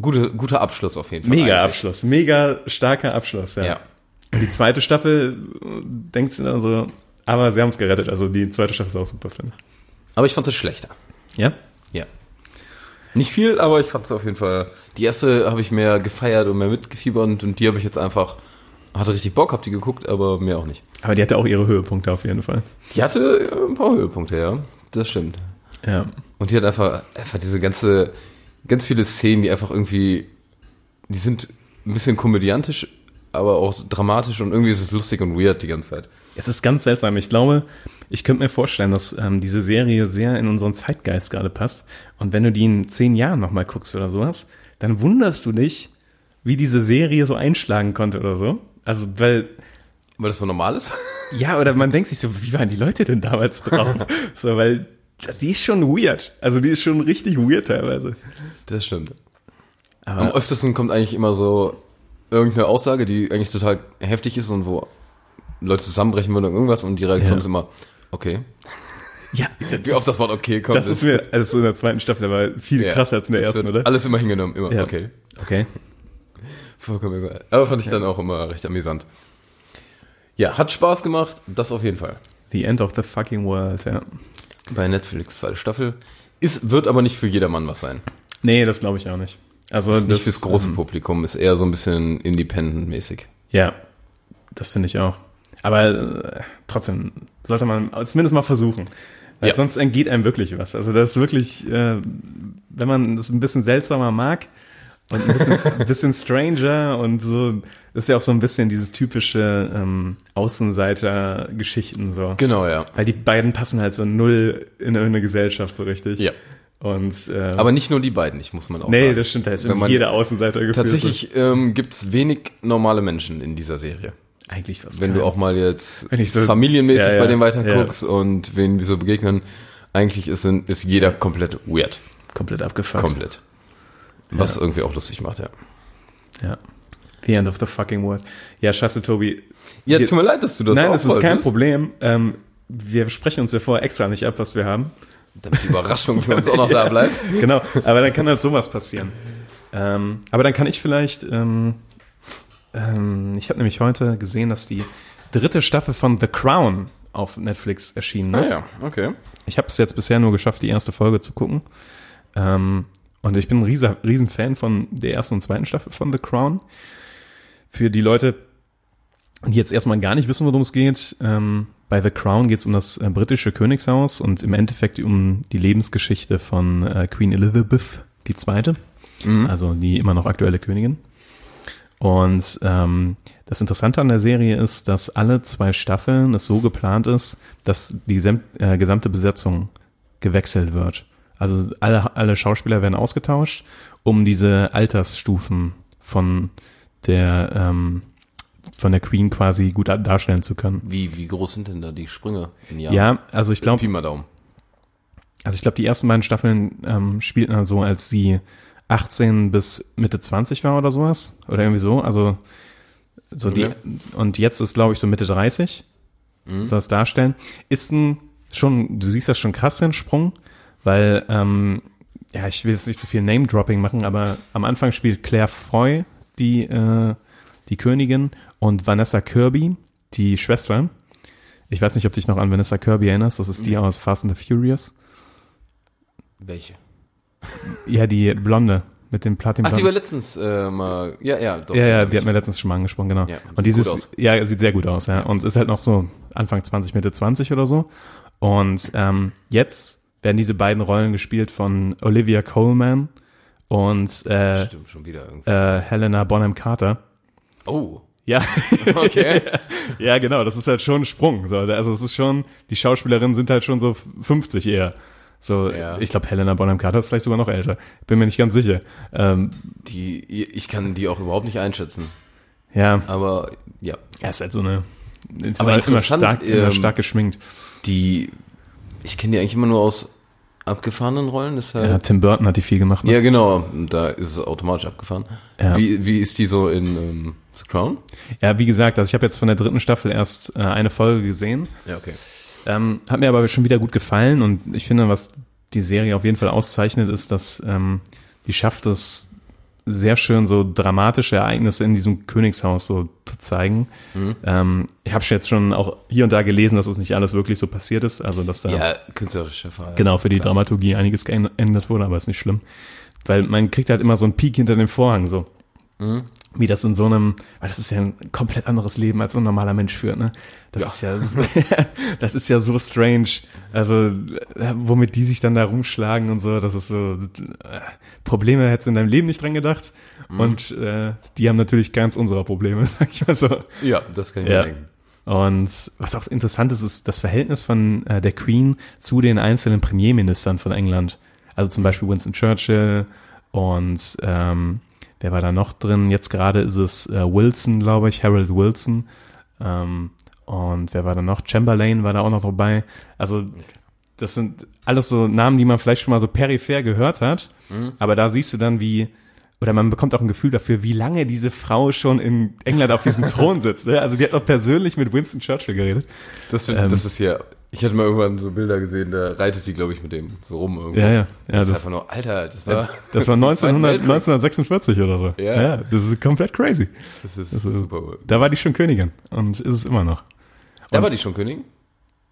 Speaker 5: gute, guter Abschluss auf jeden Fall.
Speaker 1: Mega
Speaker 5: eigentlich.
Speaker 1: Abschluss, mega starker Abschluss, ja.
Speaker 5: Ja.
Speaker 1: Die zweite Staffel äh, denkt sie dann so, aber sie haben es gerettet. Also die zweite Staffel ist auch super, finde ich.
Speaker 5: Aber ich fand's jetzt schlechter.
Speaker 1: Ja?
Speaker 5: Ja. Nicht viel, aber ich fand's auf jeden Fall. Die erste habe ich mehr gefeiert und mehr mitgefiebert und, und die habe ich jetzt einfach, hatte richtig Bock, hab die geguckt, aber mehr auch nicht.
Speaker 1: Aber die hatte auch ihre Höhepunkte auf jeden Fall.
Speaker 5: Die hatte äh, ein paar Höhepunkte, ja. Das stimmt.
Speaker 1: Ja.
Speaker 5: Und die hat einfach, einfach diese ganze, ganz viele Szenen, die einfach irgendwie, die sind ein bisschen komödiantisch, aber auch dramatisch und irgendwie ist es lustig und weird die ganze Zeit.
Speaker 1: Es ist ganz seltsam. Ich glaube, ich könnte mir vorstellen, dass ähm, diese Serie sehr in unseren Zeitgeist gerade passt. Und wenn du die in zehn Jahren nochmal guckst oder sowas, dann wunderst du dich, wie diese Serie so einschlagen konnte oder so. Also, weil
Speaker 5: Weil das so normal ist?
Speaker 1: Ja, oder man denkt sich so, wie waren die Leute denn damals drauf? so, weil die ist schon weird. Also die ist schon richtig weird teilweise.
Speaker 5: Das stimmt. Am
Speaker 1: Aber
Speaker 5: öftesten kommt eigentlich immer so irgendeine Aussage, die eigentlich total heftig ist und wo Leute zusammenbrechen würden und irgendwas und die Reaktion
Speaker 1: Ja.
Speaker 5: ist immer, okay.
Speaker 1: ja,
Speaker 5: Wie oft das Wort okay kommt.
Speaker 1: das ist mir, das ist in der zweiten Staffel aber viel
Speaker 5: ja,
Speaker 1: krasser als in der
Speaker 5: es
Speaker 1: ersten,
Speaker 5: wird
Speaker 1: oder?
Speaker 5: Alles immer hingenommen, immer
Speaker 1: Ja.
Speaker 5: okay.
Speaker 1: Okay.
Speaker 5: Vollkommen egal. Aber fand ich dann auch immer recht amüsant. Ja, hat Spaß gemacht, das auf jeden Fall.
Speaker 1: The end of the fucking world, ja.
Speaker 5: Bei Netflix zweite Staffel. Ist, wird aber nicht für jedermann was sein.
Speaker 1: Nee, das glaube ich auch nicht. Also
Speaker 5: Ist nicht fürs große
Speaker 1: ähm,
Speaker 5: Publikum, ist eher so ein bisschen independent-mäßig.
Speaker 1: Ja, das finde ich auch. Aber äh, trotzdem sollte man zumindest mal versuchen. Weil
Speaker 5: Ja.
Speaker 1: sonst entgeht einem wirklich was. Also das ist wirklich, äh, wenn man das ein bisschen seltsamer mag und ein bisschen, ein bisschen stranger und so, das ist ja auch so ein bisschen dieses typische ähm, Außenseiter-Geschichten so.
Speaker 5: Genau, ja.
Speaker 1: Weil die beiden passen halt so null in irgendeine Gesellschaft so richtig.
Speaker 5: Ja.
Speaker 1: Und äh,
Speaker 5: Aber nicht nur die beiden, ich muss man auch
Speaker 1: nee,
Speaker 5: sagen.
Speaker 1: das stimmt, da ist
Speaker 5: Wenn man-
Speaker 1: jeder Außenseiter gefühlt.
Speaker 5: Tatsächlich ähm, gibt's wenig normale Menschen in dieser Serie.
Speaker 1: eigentlich was.
Speaker 5: Wenn du
Speaker 1: kein-
Speaker 5: auch mal jetzt
Speaker 1: Wenn ich so-
Speaker 5: familienmäßig
Speaker 1: Ja, ja,
Speaker 5: bei denen
Speaker 1: ja.
Speaker 5: weiterguckst und wen wir so begegnen, eigentlich ist, ist jeder komplett weird.
Speaker 1: komplett abgefuckt.
Speaker 5: Komplett. Was irgendwie auch lustig macht, ja.
Speaker 1: Ja. The end of the fucking world. Ja, scheiße, Tobi.
Speaker 5: Ja,
Speaker 1: Wir-
Speaker 5: tut mir leid, dass du das
Speaker 1: Nein,
Speaker 5: auch
Speaker 1: das ist kein
Speaker 5: wolltest.
Speaker 1: Problem. Ähm, wir sprechen uns ja vorher extra nicht ab, was wir haben.
Speaker 5: Damit die Überraschung für uns auch noch da bleibt.
Speaker 1: Genau, aber dann kann halt sowas passieren. Ähm, aber dann kann ich vielleicht ähm, ähm, ich habe nämlich heute gesehen, dass die dritte Staffel von The Crown auf Netflix erschienen
Speaker 5: Ah
Speaker 1: ist.
Speaker 5: okay.
Speaker 1: Ich habe es jetzt bisher nur geschafft, die erste Folge zu gucken. Ähm, und ich bin ein riesen, riesen Fan von der ersten und zweiten Staffel von The Crown. Für die Leute, die jetzt erstmal gar nicht wissen, worum es geht, ähm, bei The Crown geht es um das äh, britische Königshaus und im Endeffekt um die Lebensgeschichte von äh, Queen Elizabeth II., also die immer noch aktuelle Königin. Und ähm, das Interessante an der Serie ist, dass alle zwei Staffeln es so geplant ist, dass die sem- äh, gesamte Besetzung gewechselt wird. Also alle, alle Schauspieler werden ausgetauscht, um diese Altersstufen von der ähm, von der Queen quasi gut darstellen zu können.
Speaker 5: Wie, wie groß sind denn da die Sprünge? im Jahr?
Speaker 1: Ja, also ich glaube,
Speaker 5: Pi mal Daumen.
Speaker 1: also ich glaube, die ersten beiden Staffeln ähm, spielten dann so, als sie 18 bis Mitte 20 war oder sowas. Oder irgendwie so. Also so
Speaker 5: Okay.
Speaker 1: die und jetzt ist, glaube ich, so Mitte 30. Soll es darstellen. Ist ein schon, du siehst das schon krass, den Sprung, weil, ähm, ja, ich will jetzt nicht so viel Name-Dropping machen, aber am Anfang spielt Claire Foy, die, äh, die Königin, und Vanessa Kirby, die Schwester. Ich weiß nicht, ob du dich noch an Vanessa Kirby erinnerst. Das ist die aus Fast and the Furious.
Speaker 5: Welche?
Speaker 1: Ja, die Blonde mit dem Platin.
Speaker 5: Ach, die war letztens äh, mal. Ja, ja, doch.
Speaker 1: ja, ja, die
Speaker 5: die
Speaker 1: hat mir letztens schon mal angesprochen, genau.
Speaker 5: Ja, sieht
Speaker 1: und dieses,
Speaker 5: gut aus.
Speaker 1: ja, sieht sehr gut aus, ja. Und ist halt noch so Anfang 20, Mitte 20 oder so. Und ähm, jetzt werden diese beiden Rollen gespielt von Olivia Coleman und äh,
Speaker 5: Stimmt, schon wieder irgendwie.
Speaker 1: äh, Helena Bonham Carter.
Speaker 5: oh,
Speaker 1: Ja,
Speaker 5: okay.
Speaker 1: ja, genau, das ist halt schon ein Sprung. So. Also es ist schon, die Schauspielerinnen sind halt schon so 50 eher. So,
Speaker 5: Ja.
Speaker 1: ich glaube, Helena Bonham Carter ist vielleicht sogar noch älter. Bin mir nicht ganz sicher. Ähm,
Speaker 5: die, ich kann die auch überhaupt nicht einschätzen.
Speaker 1: ja.
Speaker 5: Aber ja,
Speaker 1: Ja, ist halt so eine. Ist
Speaker 5: Aber
Speaker 1: immer-
Speaker 5: interessant,
Speaker 1: immer stark, immer
Speaker 5: ähm,
Speaker 1: stark geschminkt.
Speaker 5: die. Ich kenne die eigentlich immer nur aus abgefahrenen Rollen,
Speaker 1: Ja,
Speaker 5: deshalb.
Speaker 1: Also Tim Burton hat die viel gemacht.
Speaker 5: Ja,
Speaker 1: Ne?
Speaker 5: genau. Da ist es automatisch abgefahren.
Speaker 1: Ja.
Speaker 5: Wie, wie ist die so in ähm, The Crown?
Speaker 1: Ja, wie gesagt, also ich habe jetzt von der dritten Staffel erst äh, eine Folge gesehen.
Speaker 5: Ja, okay.
Speaker 1: Ähm, hat mir aber schon wieder gut gefallen und ich finde, was die Serie auf jeden Fall auszeichnet, ist, dass ähm, die schafft es sehr schön, so dramatische Ereignisse in diesem Königshaus so zu zeigen.
Speaker 5: Mhm.
Speaker 1: Ähm, ich habe jetzt schon auch hier und da gelesen, dass es nicht alles wirklich so passiert ist. Also, dass da
Speaker 5: Ja, künstlerische Frage.
Speaker 1: Genau, für die Dramaturgie einiges geändert wurde, aber ist nicht schlimm. Weil man kriegt halt immer so einen Peak hinter dem Vorhang, so. Wie das in so einem, weil das ist ja ein komplett anderes Leben, als so ein normaler Mensch führt, ne? Das ist ja, das ist ja so strange. Also, äh, womit die sich dann da rumschlagen und so, das ist so, äh, Probleme hättest du in deinem Leben nicht dran gedacht. Und äh, die haben natürlich ganz unserer Probleme, sag ich mal so.
Speaker 5: Ja, das kann ich mir
Speaker 1: Ja.
Speaker 5: denken.
Speaker 1: Und was auch interessant ist, ist das Verhältnis von äh, der Queen zu den einzelnen Premierministern von England. Also zum Beispiel Winston Churchill und ähm, wer war da noch drin? Jetzt gerade ist es äh, Wilson, glaube ich, Harold Wilson. Ähm, und wer war da noch? Chamberlain war da auch noch dabei. Also das sind alles so Namen, die man vielleicht schon mal so peripher gehört hat. Aber da siehst du dann, wie, oder man bekommt auch ein Gefühl dafür, wie lange diese Frau schon in England auf diesem Thron sitzt. Ne? Also die hat noch persönlich mit Winston Churchill geredet.
Speaker 5: Das,
Speaker 1: Ähm.
Speaker 5: find, das ist ja. Ich hatte mal irgendwann so Bilder gesehen, da reitet die, glaube ich, mit dem so rum irgendwo.
Speaker 1: Ja, ja. ja
Speaker 5: das, ist
Speaker 1: das,
Speaker 5: einfach nur, Alter, das war.
Speaker 1: das war 1900,
Speaker 5: Zweiten Weltkrieg.
Speaker 1: 1946 oder so.
Speaker 5: Ja.
Speaker 1: Das ist komplett crazy.
Speaker 5: Das ist
Speaker 1: ist-
Speaker 5: super. cool.
Speaker 1: Da war die schon Königin und ist es immer noch.
Speaker 5: Da war die schon Königin?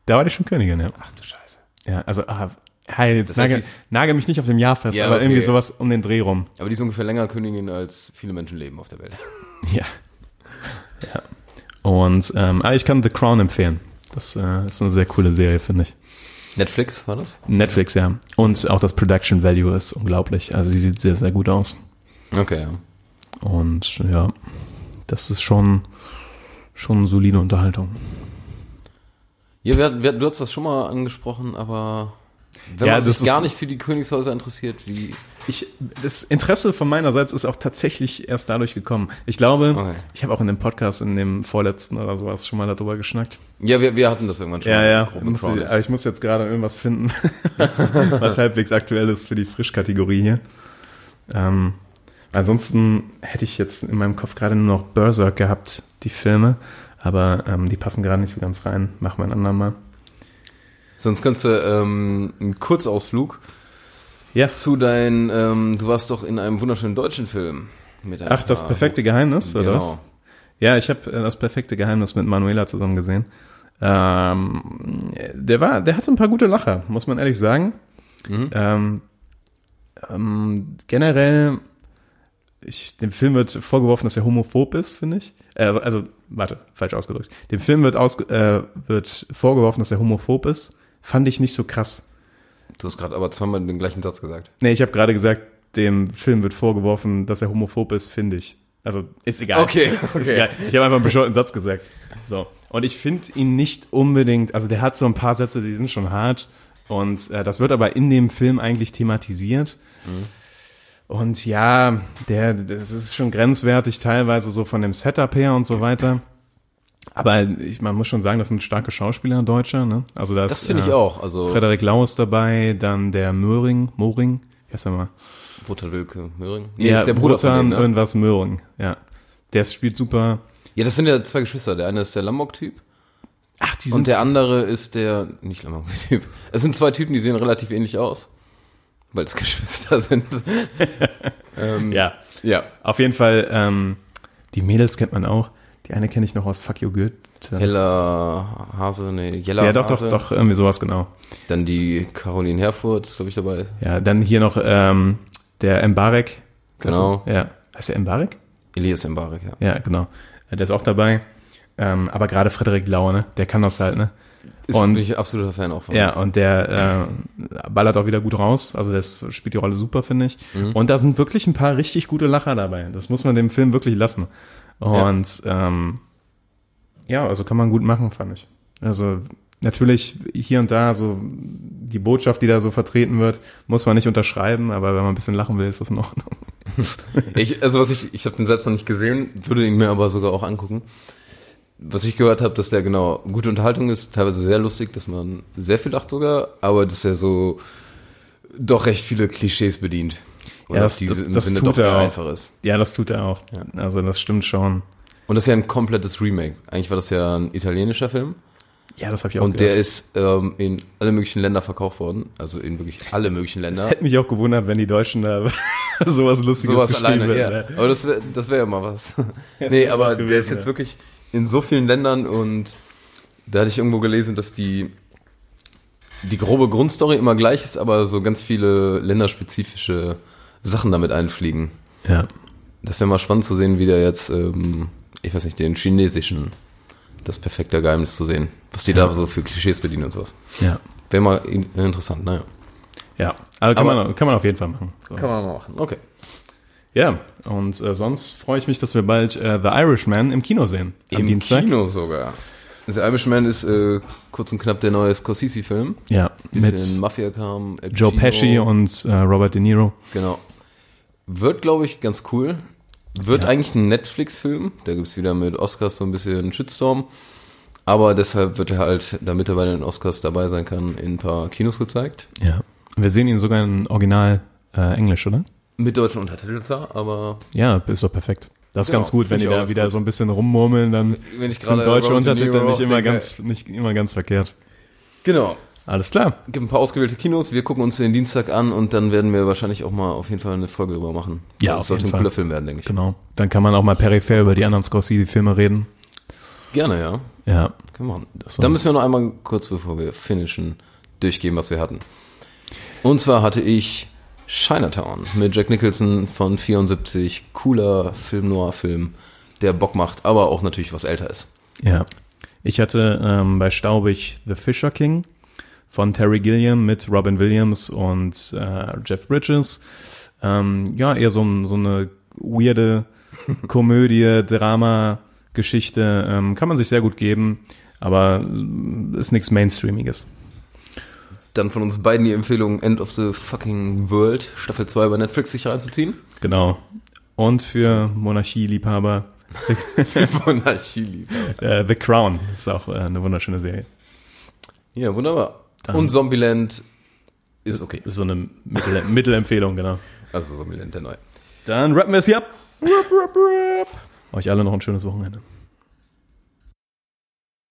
Speaker 1: Da war die schon Königin, ja.
Speaker 5: Ach du Scheiße.
Speaker 1: Ja, also, ah, hey, jetzt
Speaker 5: Das heißt,
Speaker 1: nagel,
Speaker 5: sie ist-
Speaker 1: nagel mich nicht auf dem Jahr fest,
Speaker 5: Ja,
Speaker 1: aber
Speaker 5: okay.
Speaker 1: irgendwie sowas um den Dreh rum.
Speaker 5: Aber die ist ungefähr länger Königin, als viele Menschen leben auf der Welt.
Speaker 1: Ja. ja. Und ähm, ah, ich kann The Crown empfehlen. Das äh, ist eine sehr coole Serie, finde ich.
Speaker 5: Netflix war das?
Speaker 1: Netflix, ja. Und auch das Production Value ist unglaublich. Also sie sieht sehr, sehr gut aus.
Speaker 5: Okay, ja.
Speaker 1: Und ja, das ist schon, schon solide Unterhaltung.
Speaker 5: ja wir, hatten- wir, hatten- du hast das schon mal angesprochen, aber wenn
Speaker 1: Ja,
Speaker 5: man
Speaker 1: das
Speaker 5: sich gar
Speaker 1: ist-
Speaker 5: nicht für die Königshäuser interessiert, wie.
Speaker 1: Ich, das Interesse von meinerseits ist auch tatsächlich erst dadurch gekommen. Ich glaube,
Speaker 5: Okay.
Speaker 1: ich habe auch in dem Podcast, in dem vorletzten oder sowas, schon mal darüber geschnackt.
Speaker 5: Ja, wir, wir hatten das irgendwann schon.
Speaker 1: Ja,
Speaker 5: mal,
Speaker 1: ja.
Speaker 5: grob
Speaker 1: Muss ich,
Speaker 5: Crowley.
Speaker 1: aber ich muss jetzt gerade irgendwas finden, was, was halbwegs aktuell ist für die Frischkategorie hier. Ähm, ansonsten hätte ich jetzt in meinem Kopf gerade nur noch Berserk gehabt, die Filme. Aber ähm, die passen gerade nicht so ganz rein. Machen wir ein andermal.
Speaker 5: Sonst könntest du ähm, einen Kurzausflug
Speaker 1: Ja.
Speaker 5: zu deinen. Ähm, du warst doch in einem wunderschönen deutschen Film. Mit ein
Speaker 1: Ach, das
Speaker 5: paar-
Speaker 1: perfekte Geheimnis, oder
Speaker 5: Genau.
Speaker 1: was? Ja, ich habe das perfekte Geheimnis mit Manuela zusammen gesehen. Ähm, der war, der hat so ein paar gute Lacher, muss man ehrlich sagen. Ähm, ähm, generell, ich, dem Film wird vorgeworfen, dass er homophob ist, finde ich. Äh, Also, also, warte, falsch ausgedrückt. Dem Film wird, aus, äh, wird vorgeworfen, dass er homophob ist. Fand ich nicht so krass.
Speaker 5: Du hast gerade aber zweimal den gleichen Satz gesagt.
Speaker 1: Nee, ich habe gerade gesagt, dem Film wird vorgeworfen, dass er homophob ist, finde ich. Also ist egal.
Speaker 5: Okay, okay.
Speaker 1: Ist egal. Ich habe einfach einen bescheuerten Satz gesagt. So. Und ich finde ihn nicht unbedingt, also der hat so ein paar Sätze, die sind schon hart. Und äh, das wird aber in dem Film eigentlich thematisiert.
Speaker 5: Mhm.
Speaker 1: Und ja, der, das ist schon grenzwertig teilweise so von dem Setup her und so weiter. Aber ich, man muss schon sagen, das sind starke Schauspieler, Deutscher. Ne? Also das,
Speaker 5: Das finde ich auch. Also
Speaker 1: Frederik Lau ist dabei, dann der Möhring, Moring, wie heißt er mal?
Speaker 5: Wotan Wilke Möhring.
Speaker 1: ja,
Speaker 5: das ist der Bruder von
Speaker 1: Wotan
Speaker 5: denen, ne?
Speaker 1: irgendwas Möhring, ja. Der spielt super.
Speaker 5: Ja, das sind ja zwei Geschwister. Der eine ist der Lambock-Typ
Speaker 1: Ach, die
Speaker 5: und der andere ist der, nicht Lambock-Typ. Es sind zwei Typen, die sehen relativ ähnlich aus. Weil es Geschwister sind.
Speaker 1: ja.
Speaker 5: ja.
Speaker 1: Auf jeden Fall, ähm, die Mädels kennt man auch. Die eine kenne ich noch aus Fuck You Good.
Speaker 5: Heller Hase, nee, Jella
Speaker 1: Ja, doch, doch,
Speaker 5: Hase.
Speaker 1: doch, irgendwie sowas, genau.
Speaker 5: Dann die Caroline Herfurth ist, glaube ich, dabei.
Speaker 1: Ja, dann hier noch ähm, der Mbarek.
Speaker 5: Genau.
Speaker 1: Ja. Heißt der Mbarek?
Speaker 5: Elias Mbarek, ja.
Speaker 1: Ja, genau. Äh, Der ist auch dabei. Ähm, aber gerade Frederik Lau, ne? Der kann das halt, ne?
Speaker 5: Ist
Speaker 1: Und-
Speaker 5: bin ich absoluter Fan auch von.
Speaker 1: Ja, und der äh, ballert auch wieder gut raus. Also das spielt die Rolle super, finde ich. Und da sind wirklich ein paar richtig gute Lacher dabei. Das muss man dem Film wirklich lassen. Und ja, ähm, ja also kann man gut machen, fand ich. Also natürlich hier und da so die Botschaft, die da so vertreten wird, muss man nicht unterschreiben, aber wenn man ein bisschen lachen will, ist das in Ordnung.
Speaker 5: Ich, also was ich, ich habe den selbst noch nicht gesehen, würde ihn mir aber sogar auch angucken. Was ich gehört habe, dass der genau gute Unterhaltung ist, teilweise sehr lustig, dass man sehr viel lacht sogar, aber dass er so doch recht viele Klischees bedient. Und
Speaker 1: Ja,
Speaker 5: dass
Speaker 1: das-
Speaker 5: diese
Speaker 1: das- das tut
Speaker 5: eher
Speaker 1: er auch.
Speaker 5: einfach ist.
Speaker 1: Ja, das tut er auch. Also das stimmt schon.
Speaker 5: Und das ist ja ein komplettes Remake. Eigentlich war das ja ein italienischer Film.
Speaker 1: Ja, das habe ich auch
Speaker 5: Und der
Speaker 1: gedacht.
Speaker 5: ist ähm, in alle möglichen Länder verkauft worden. Also in wirklich alle möglichen
Speaker 1: Das
Speaker 5: Länder.
Speaker 1: hätte mich auch gewundert, wenn die Deutschen da sowas Lustiges
Speaker 5: sowas
Speaker 1: geschrieben
Speaker 5: alleine,
Speaker 1: hätten.
Speaker 5: ja. Aber das wäre das wär ja mal was. nee,
Speaker 1: wär
Speaker 5: aber
Speaker 1: was
Speaker 5: der
Speaker 1: gewesen,
Speaker 5: ist jetzt
Speaker 1: ja.
Speaker 5: wirklich in so vielen Ländern und da hatte ich irgendwo gelesen, dass die, die grobe Grundstory immer gleich ist, aber so ganz viele länderspezifische Sachen damit einfliegen.
Speaker 1: ja.
Speaker 5: Das wäre mal spannend zu sehen, wie der jetzt, ähm, ich weiß nicht, den chinesischen, das perfekte Geheimnis zu sehen. Was die da so für Klischees bedienen und sowas.
Speaker 1: Ja.
Speaker 5: Wäre mal in, interessant, naja.
Speaker 1: Ja, also kann,
Speaker 5: Aber-
Speaker 1: man, kann man auf jeden Fall machen. So.
Speaker 5: man mal machen. Okay.
Speaker 1: Ja, und äh, sonst freue ich mich, dass wir bald äh, The Irishman im Kino sehen. Am
Speaker 5: Im
Speaker 1: Dienstag.
Speaker 5: Kino sogar. The Irishman ist äh, kurz und knapp der neue Scorsese-Film.
Speaker 1: Ja,
Speaker 5: Bisschen
Speaker 1: mit
Speaker 5: Mafia kam.
Speaker 1: Joe Pesci und äh, Robert De Niro.
Speaker 5: Genau. Wird, glaube ich, ganz cool. Wird eigentlich ein Netflix-Film. Da gibt es wieder mit Oscars so ein bisschen Shitstorm. Aber deshalb wird er halt, damit er bei den Oscars dabei sein kann, in ein paar Kinos gezeigt.
Speaker 1: Ja. Wir sehen ihn sogar in Original äh, Englisch, oder?
Speaker 5: Mit deutschen Untertiteln zwar, aber
Speaker 1: Ja, ist doch perfekt. Das ist
Speaker 5: Genau,
Speaker 1: ganz gut, wenn
Speaker 5: find
Speaker 1: die
Speaker 5: ich auch
Speaker 1: da
Speaker 5: ganz
Speaker 1: wieder
Speaker 5: gut.
Speaker 1: so ein bisschen rummurmeln, dann
Speaker 5: Wenn ich
Speaker 1: sind
Speaker 5: gerade
Speaker 1: deutsche
Speaker 5: Robert De
Speaker 1: Untertitel
Speaker 5: Niro
Speaker 1: nicht immer,
Speaker 5: denke-
Speaker 1: ganz, nicht immer ganz verkehrt.
Speaker 5: genau.
Speaker 1: Alles klar.
Speaker 5: Gibt ein paar ausgewählte Kinos. Wir gucken uns den Dienstag an und dann werden wir wahrscheinlich auch mal auf jeden Fall eine Folge drüber machen.
Speaker 1: Ja,
Speaker 5: das
Speaker 1: auf
Speaker 5: sollte
Speaker 1: jeden
Speaker 5: ein cooler
Speaker 1: Fall.
Speaker 5: Film werden, denke ich.
Speaker 1: Genau. Dann kann man auch mal peripher über die anderen Scorsese-Filme reden.
Speaker 5: Gerne, ja.
Speaker 1: Ja.
Speaker 5: Können wir machen.
Speaker 1: So.
Speaker 5: Dann müssen wir noch einmal kurz bevor wir finishen, durchgehen, was wir hatten. Und zwar hatte ich Chinatown mit Jack Nicholson von 74. Cooler Film, Noir-Film, der Bock macht, aber auch natürlich was älter ist.
Speaker 1: Ja. Ich hatte ähm, bei Staubig The Fisher King von Terry Gilliam mit Robin Williams und äh, Jeff Bridges. Ähm, ja, eher so, ein- so eine weirde Komödie, Drama, Geschichte. Ähm, kann man sich sehr gut geben, aber ist nichts Mainstreamiges.
Speaker 5: Dann von uns beiden die Empfehlung, End of the Fucking World, Staffel 2 bei Netflix sich reinzuziehen.
Speaker 1: Genau. Und für Monarchie-Liebhaber
Speaker 5: von Chili.
Speaker 1: äh, The Crown ist auch äh, eine wunderschöne Serie.
Speaker 5: Ja, wunderbar. Und Zombieland ist okay.
Speaker 1: Ist so eine Mittel Mittelempfehlung, genau.
Speaker 5: Also Zombieland, der neue.
Speaker 1: Dann rappen wir es hier ab. Rap, rap, rap. Euch alle noch ein schönes Wochenende.